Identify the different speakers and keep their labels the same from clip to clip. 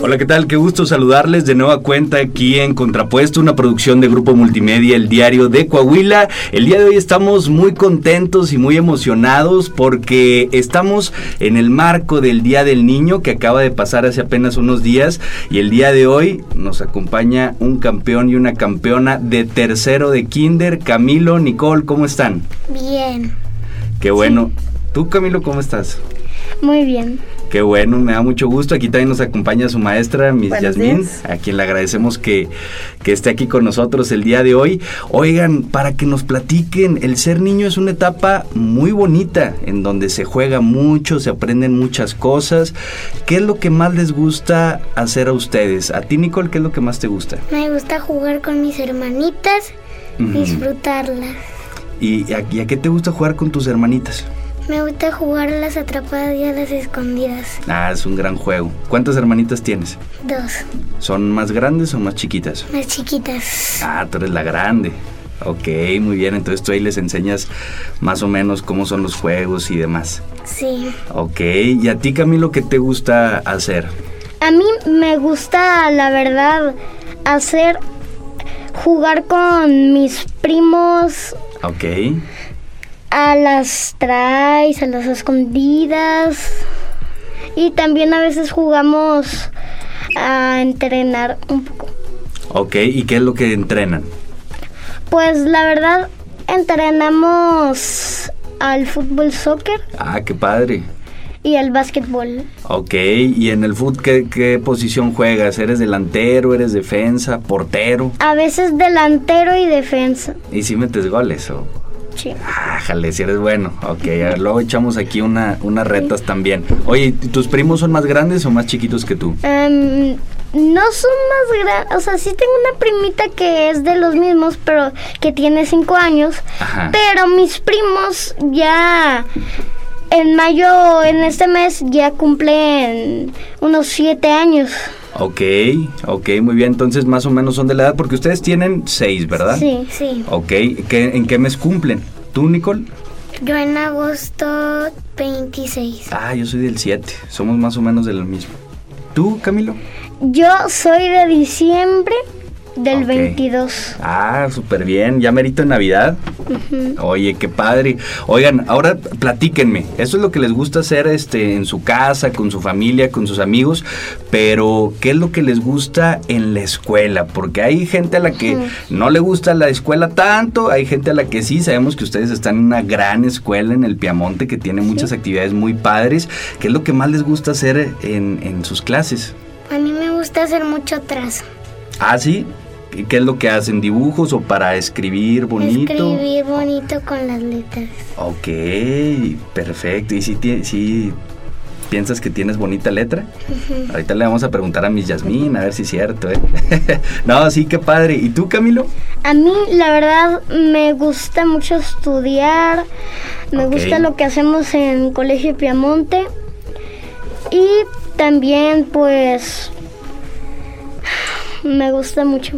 Speaker 1: Hola, ¿qué tal? Qué gusto saludarles de nueva cuenta aquí en Contrapuesto, una producción de Grupo Multimedia, el diario de Coahuila. El día de hoy estamos muy contentos y muy emocionados porque estamos en el marco del Día del Niño que acaba de pasar hace apenas unos días y el día de hoy nos acompaña un campeón y una campeona de tercero de kinder. Camilo, Nicole, ¿cómo están?
Speaker 2: Bien,
Speaker 1: Qué bueno. ¿Tú, Camilo, cómo estás?
Speaker 2: muy bien.
Speaker 1: Qué bueno, me da mucho gusto. Aquí también nos acompaña su maestra, Miss
Speaker 3: Buenos
Speaker 1: Yasmín,
Speaker 3: días.
Speaker 1: a quien le agradecemos que, que esté aquí con nosotros el día de hoy. Oigan, para que nos platiquen, el ser niño es una etapa muy bonita, en donde se juega mucho, se aprenden muchas cosas. ¿Qué es lo que más les gusta hacer a ustedes? A ti, Nicole, ¿qué es lo que más te gusta?
Speaker 2: Me gusta jugar con mis hermanitas,
Speaker 1: Ujú.
Speaker 2: disfrutarlas.
Speaker 1: ¿Y a, y a qué te gusta jugar con tus hermanitas?
Speaker 2: Me gusta jugar las atrapadas y a las escondidas.
Speaker 1: Ah, es un gran juego. ¿Cuántas hermanitas tienes?
Speaker 2: Dos,
Speaker 1: ¿Son más grandes o más chiquitas?
Speaker 2: las chiquitas.
Speaker 1: Ah, tú eres la grande. Ok, muy bien. Entonces tú ahí les enseñas más o menos cómo son los juegos y demás.
Speaker 2: Sí.
Speaker 1: Ok, ¿y a ti Camilo qué te gusta hacer?
Speaker 2: A mí me gusta, la verdad, hacer jugar con mis primos
Speaker 1: Ok,
Speaker 2: a las traes, a las escondidas. Y también a veces jugamos a entrenar un poco.
Speaker 1: ok, ¿y qué es lo que entrenan?
Speaker 2: Pues la verdad, entrenamos al fútbol soccer
Speaker 1: Ah, qué padre.
Speaker 2: y al básquetbol.
Speaker 1: Ok, ¿y en el fútbol qué, qué posición juegas? ¿Eres delantero, eres defensa, portero?
Speaker 2: A veces delantero y defensa.
Speaker 1: ¿Y si metes goles o...?
Speaker 2: Sí.
Speaker 1: Ájale, si eres bueno. Ok, a ver, luego echamos aquí una, unas retas también. Oye, ¿tus primos son más grandes o más chiquitos que tú?
Speaker 2: Em, no son más grandes, o sea, sí tengo una primita que es de los mismos, pero que tiene 5 años.
Speaker 1: Ajá.
Speaker 2: Pero mis primos ya en mayo, en este mes, ya cumplen unos 7 años.
Speaker 1: Ok, ok, muy bien. Entonces, más o menos son de la edad, porque ustedes tienen seis, ¿verdad?
Speaker 2: Sí, sí.
Speaker 1: Ok, ¿qué- ¿en qué mes cumplen? ¿Tú, Nicole?
Speaker 2: Yo en agosto 26.
Speaker 1: Ah, yo soy del 7. Somos más o menos de lo mismo. ¿Tú, Camilo?
Speaker 2: Yo soy de diciembre del
Speaker 1: Ok.
Speaker 2: 22.
Speaker 1: Ah, súper bien. Ya merito en Navidad. Oye, qué padre. Oigan, ahora platíquenme. Eso es lo que les gusta hacer este, en su casa, con su familia, con sus amigos. Pero, ¿qué es lo que les gusta en la escuela? Porque hay gente a la que no le gusta la escuela tanto. Hay gente a la que sí. Sabemos que ustedes están en una gran escuela en el Piamonte que tiene muchas actividades muy padres. ¿Qué es lo que más les gusta hacer en, en sus clases?
Speaker 2: A mí me gusta hacer mucho trazo.
Speaker 1: Ah, sí. ¿Qué- ¿Qué es lo que hacen? ¿Dibujos o para escribir bonito?
Speaker 2: Escribir bonito con las letras.
Speaker 1: Ok, perfecto. ¿Y si, ti- si piensas que tienes bonita letra? Ahorita le vamos a preguntar a Miss Yasmín, a ver si es cierto, ¿eh? no, sí, qué padre. ¿Y tú, Camilo?
Speaker 2: A mí, la verdad, me gusta mucho estudiar. Me
Speaker 1: Ok.
Speaker 2: gusta lo que hacemos en Colegio Piamonte. Y también, pues, me gusta mucho.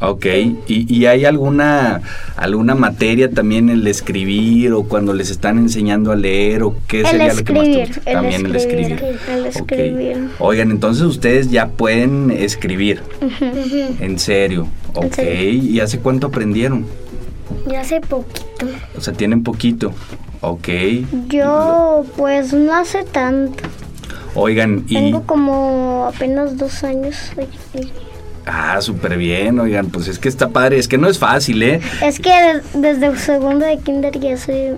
Speaker 1: Ok, ¿Y, y hay alguna, alguna materia también el escribir o cuando les están enseñando a leer o qué
Speaker 2: El
Speaker 1: sería lo que más te
Speaker 2: escribir,
Speaker 1: gusta?
Speaker 2: el
Speaker 1: También el
Speaker 2: escribir,
Speaker 1: escribir.
Speaker 2: el
Speaker 1: Ok.
Speaker 2: escribir.
Speaker 1: Oigan, entonces ustedes ya pueden escribir. En serio.
Speaker 2: En
Speaker 1: Ok,
Speaker 2: serio.
Speaker 1: ¿y hace cuánto aprendieron?
Speaker 2: Yo hace poquito.
Speaker 1: O sea, tienen poquito. Ok.
Speaker 2: Yo, pues, no hace tanto.
Speaker 1: Oigan, y...
Speaker 2: Tengo como apenas dos años.
Speaker 1: Ah, súper bien, oigan, pues es que está padre, es que no es fácil, ¿eh?
Speaker 2: Es que des- desde segundo de kinder ya sé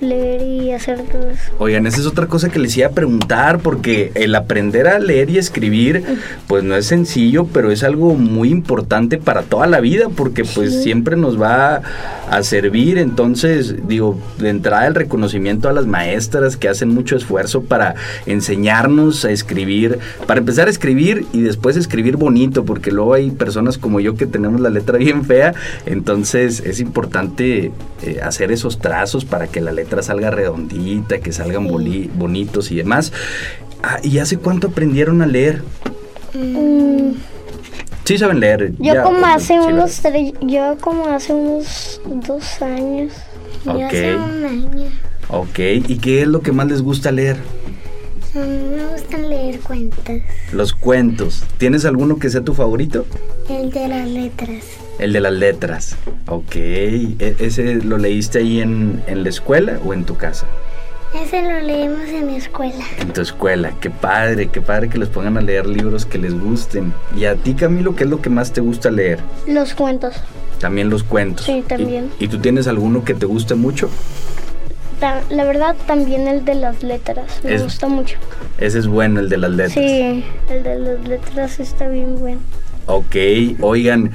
Speaker 2: leer y hacer todo eso.
Speaker 1: Oigan, esa es otra cosa que les iba a preguntar, porque el aprender a leer y escribir, pues no es sencillo, pero es algo muy importante para toda la vida, porque pues siempre nos va a servir. Entonces, digo, de entrada el reconocimiento a las maestras que hacen mucho esfuerzo para enseñarnos a escribir, para empezar a escribir y después escribir bonito, porque luego hay personas como yo que tenemos la letra bien fea, entonces es importante eh, hacer esos trazos para que la letra salga redondita, que salgan boli- bonitos y demás. Ah, ¿Y hace cuánto aprendieron a leer?
Speaker 2: Mm,
Speaker 1: Sí saben leer.
Speaker 2: Yo
Speaker 1: ya,
Speaker 2: como
Speaker 1: pues, sí,
Speaker 2: hace
Speaker 1: ¿verdad?
Speaker 2: unos tres, yo como hace unos dos años.
Speaker 1: Yo hace Ok. un
Speaker 2: año.
Speaker 1: Ok, ¿y qué es lo que más les gusta leer?
Speaker 2: Me gustan leer cuentos.
Speaker 1: Los cuentos. ¿Tienes alguno que sea tu favorito?
Speaker 2: El de las letras.
Speaker 1: El de las letras. Ok. ¿E- ¿Ese lo leíste ahí en, en la escuela o en tu casa?
Speaker 2: Ese lo leemos en mi escuela.
Speaker 1: En tu escuela. Qué padre, qué padre que los pongan a leer libros que les gusten. ¿Y a ti, Camilo, qué es lo que más te gusta leer?
Speaker 2: Los cuentos.
Speaker 1: También los cuentos.
Speaker 2: Sí, también.
Speaker 1: ¿Y, y tú tienes alguno que te guste mucho?
Speaker 2: Ta- la verdad, también el de las letras. Me
Speaker 1: Es-
Speaker 2: gusta mucho.
Speaker 1: Ese es bueno, el de las letras.
Speaker 2: Sí, el de las letras está bien bueno.
Speaker 1: Ok, oigan,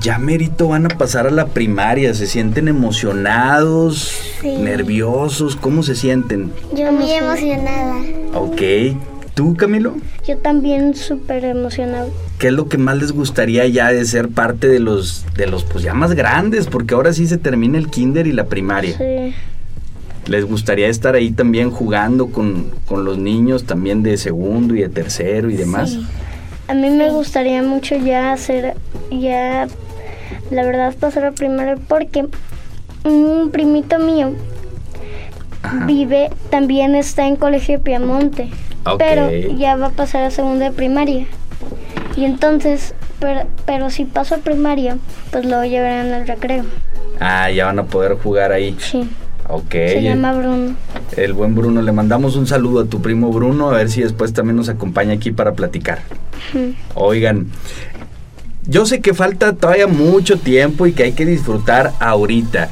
Speaker 1: ya merito van a pasar a la primaria, ¿se sienten emocionados,
Speaker 2: Sí.
Speaker 1: nerviosos? ¿Cómo se sienten?
Speaker 2: Yo muy emocionada.
Speaker 1: Ok, ¿tú Camilo?
Speaker 2: Yo también súper emocionada.
Speaker 1: ¿Qué es lo que más les gustaría ya de ser parte de los, de los pues ya más grandes? Porque ahora sí se termina el kinder y la primaria.
Speaker 2: Sí.
Speaker 1: ¿Les gustaría estar ahí también jugando con, con los niños también de segundo y de tercero y demás?
Speaker 2: A mí me gustaría mucho ya hacer, ya, la verdad, pasar a primaria porque un primito mío
Speaker 1: Ajá.
Speaker 2: vive, también está en Colegio Piamonte,
Speaker 1: Ok.
Speaker 2: pero ya va a pasar a segunda de primaria. Y entonces, pero, pero si paso a primaria, pues lo llevarán al recreo.
Speaker 1: Ah, ya van a poder jugar ahí.
Speaker 2: Sí,
Speaker 1: Ok.
Speaker 2: se llama Bruno.
Speaker 1: El buen Bruno, le mandamos un saludo a tu primo Bruno, a ver si después también nos acompaña aquí para platicar.
Speaker 2: Ujú.
Speaker 1: Oigan, yo sé que falta todavía mucho tiempo y que hay que disfrutar ahorita,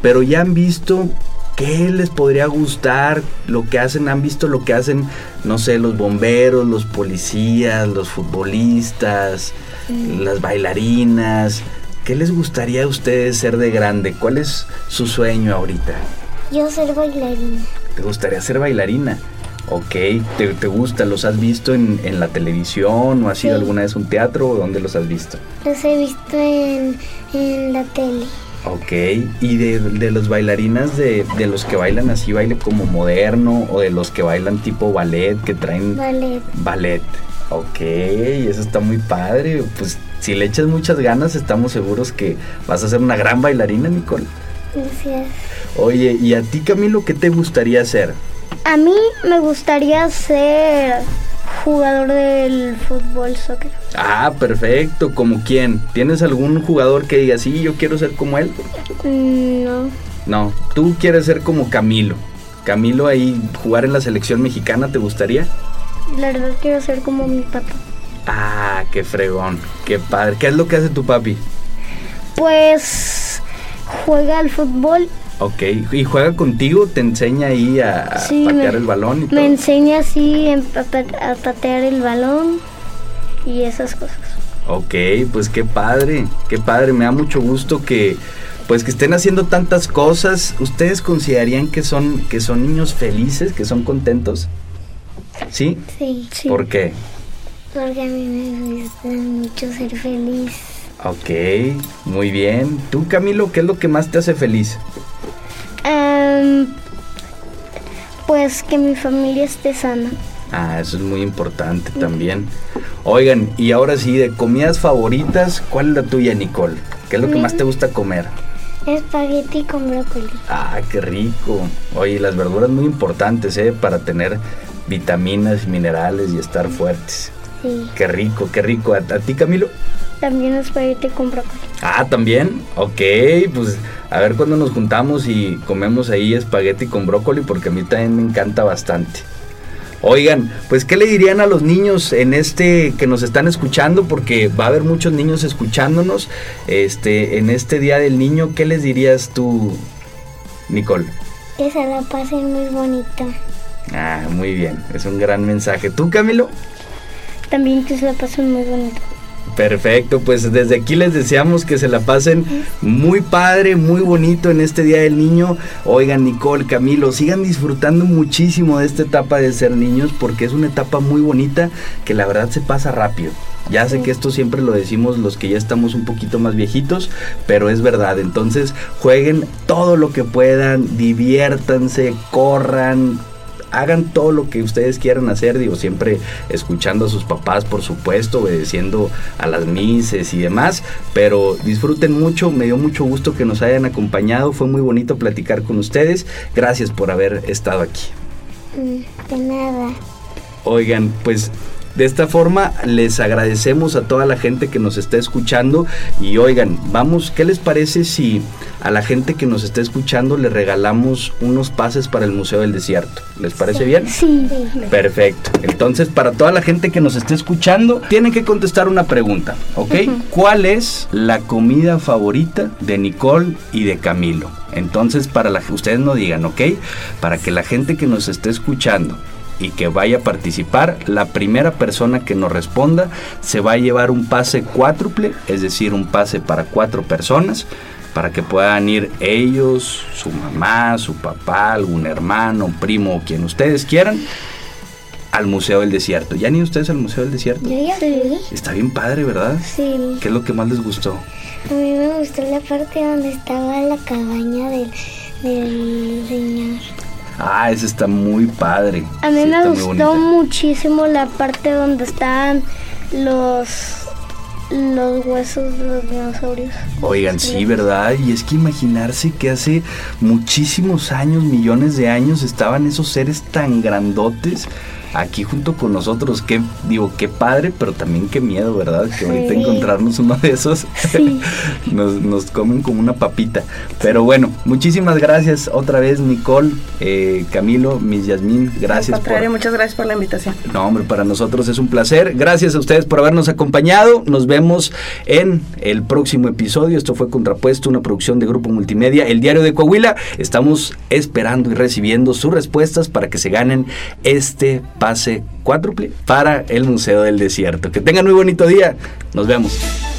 Speaker 1: pero ya han visto qué les podría gustar, lo que hacen, han visto lo que hacen, no sé, los bomberos, los policías, los futbolistas, las bailarinas. ¿Qué les gustaría a ustedes ser de grande? ¿Cuál es su sueño ahorita?
Speaker 2: Yo ser bailarina.
Speaker 1: ¿Te gustaría ser bailarina? Ok, ¿te, te gusta? ¿Los has visto en, en la televisión o has ido
Speaker 2: Sí.
Speaker 1: alguna vez a un teatro o dónde los has visto?
Speaker 2: Los he visto en, en la tele.
Speaker 1: Ok, ¿y de, de los bailarinas, de, de los que bailan así, baile como moderno o de los que bailan tipo ballet, que traen
Speaker 2: Ballet.
Speaker 1: ballet? Ok, eso está muy padre. Pues si le echas muchas ganas, estamos seguros que vas a ser una gran bailarina, Nicole.
Speaker 2: Gracias.
Speaker 1: Oye, ¿y a ti, Camilo, qué te gustaría hacer?
Speaker 2: A mí me gustaría ser jugador del fútbol, soccer.
Speaker 1: Ah, perfecto. ¿Como quién? ¿Tienes algún jugador que diga, sí, yo quiero ser como él?
Speaker 2: Mm, No.
Speaker 1: No, tú quieres ser como Camilo. Camilo ahí, jugar en la selección mexicana, ¿te gustaría?
Speaker 2: La verdad quiero ser como mi papá.
Speaker 1: Ah, qué fregón, qué padre. ¿Qué es lo que hace tu papi?
Speaker 2: Pues juega al fútbol,
Speaker 1: Ok, ¿y juega contigo? ¿Te enseña ahí a, a
Speaker 2: Sí,
Speaker 1: patear
Speaker 2: me-
Speaker 1: el balón y todo?
Speaker 2: me enseña así en pa- pa- a patear el balón y esas cosas.
Speaker 1: Ok, pues qué padre, qué padre, me da mucho gusto que pues que estén haciendo tantas cosas. ¿Ustedes considerarían que son que son niños felices, que son contentos? ¿Sí?
Speaker 2: Sí, sí.
Speaker 1: ¿Por qué?
Speaker 2: Porque a mí me gusta mucho ser feliz.
Speaker 1: Ok, muy bien. Tú, Camilo, ¿qué es lo que más te hace feliz?
Speaker 2: pues que mi familia esté sana.
Speaker 1: Ah, eso es muy importante también. Oigan, y ahora sí, de comidas favoritas, ¿cuál es la tuya, Nicole? ¿Qué es lo que más te gusta comer?
Speaker 2: Espagueti con brócoli.
Speaker 1: Ah, qué rico. Oye, las verduras muy importantes, ¿eh? Para tener vitaminas, minerales y estar fuertes.
Speaker 2: Sí.
Speaker 1: Qué rico, qué rico. ¿A, a ti, Camilo?
Speaker 2: También espagueti con brócoli.
Speaker 1: Ah, también. Ok, pues a ver cuándo nos juntamos y comemos ahí espagueti con brócoli, porque a mí también me encanta bastante. Oigan, pues ¿qué le dirían a los niños en este que nos están escuchando? Porque va a haber muchos niños escuchándonos. Este, en este Día del Niño, ¿qué les dirías tú, Nicole?
Speaker 2: Que se la pasen muy bonita.
Speaker 1: Ah, muy bien, es un gran mensaje. ¿Tú, Camilo?
Speaker 2: También que se la pasen muy bonita.
Speaker 1: Perfecto, pues desde aquí les deseamos que se la pasen muy padre, muy bonito en este Día del Niño. Oigan, Nicole, Camilo, sigan disfrutando muchísimo de esta etapa de ser niños porque es una etapa muy bonita que la verdad se pasa rápido. Ya sé que esto siempre lo decimos los que ya estamos un poquito más viejitos, pero es verdad. Entonces, jueguen todo lo que puedan, diviértanse, corran, hagan todo lo que ustedes quieran hacer, digo, siempre escuchando a sus papás, por supuesto, obedeciendo a las mises y demás, pero disfruten mucho, me dio mucho gusto que nos hayan acompañado, fue muy bonito platicar con ustedes, gracias por haber estado aquí.
Speaker 2: Mm, De nada.
Speaker 1: Oigan, pues de esta forma les agradecemos a toda la gente que nos está escuchando y oigan, vamos, ¿qué les parece si a la gente que nos está escuchando le regalamos unos pases para el Museo del Desierto? ¿Les parece
Speaker 2: sí.
Speaker 1: bien?
Speaker 2: Sí.
Speaker 1: Perfecto. Entonces, para toda la gente que nos está escuchando, tienen que contestar una pregunta, ¿ok? ¿Cuál es la comida favorita de Nicole y de Camilo? Entonces, para la que ustedes no digan, ¿ok? Para que la gente que nos esté escuchando y que vaya a participar, la primera persona que nos responda se va a llevar un pase cuádruple, es decir, un pase para cuatro personas, para que puedan ir ellos, su mamá, su papá, algún hermano, primo, quien ustedes quieran, al Museo del Desierto. ¿Ya han ido ustedes al Museo del Desierto?
Speaker 2: Yo ya
Speaker 1: Está bien padre, ¿verdad?
Speaker 2: Sí.
Speaker 1: ¿Qué es lo que más les gustó?
Speaker 2: A mí me gustó la parte donde estaba la cabaña del, del señor.
Speaker 1: Ah, ese está muy padre.
Speaker 2: A mí
Speaker 1: Sí,
Speaker 2: me
Speaker 1: está muy
Speaker 2: gustó
Speaker 1: bonito.
Speaker 2: muchísimo la parte donde estaban los los huesos de los dinosaurios.
Speaker 1: Oigan, sí, ¿verdad? Y es que imaginarse que hace muchísimos años, millones de años, estaban esos seres tan grandotes aquí junto con nosotros. Qué, digo, qué padre, pero también qué miedo, ¿verdad? Que ahorita
Speaker 2: Sí.
Speaker 1: encontrarnos uno de esos
Speaker 2: Sí.
Speaker 1: nos, nos comen como una papita. Pero bueno, muchísimas gracias otra vez, Nicole, eh, Camilo, Miss Yasmín. Gracias
Speaker 3: Al contrario,
Speaker 1: por,
Speaker 3: muchas gracias por la invitación.
Speaker 1: no, hombre, para nosotros es un placer. Gracias a ustedes por habernos acompañado. Nos vemos en el próximo episodio. Esto fue Contrapuesto, una producción de Grupo Multimedia, El Diario de Coahuila. Estamos esperando y recibiendo sus respuestas para que se ganen este pase cuádruple para el Museo del Desierto. Que tengan muy bonito día. Nos vemos.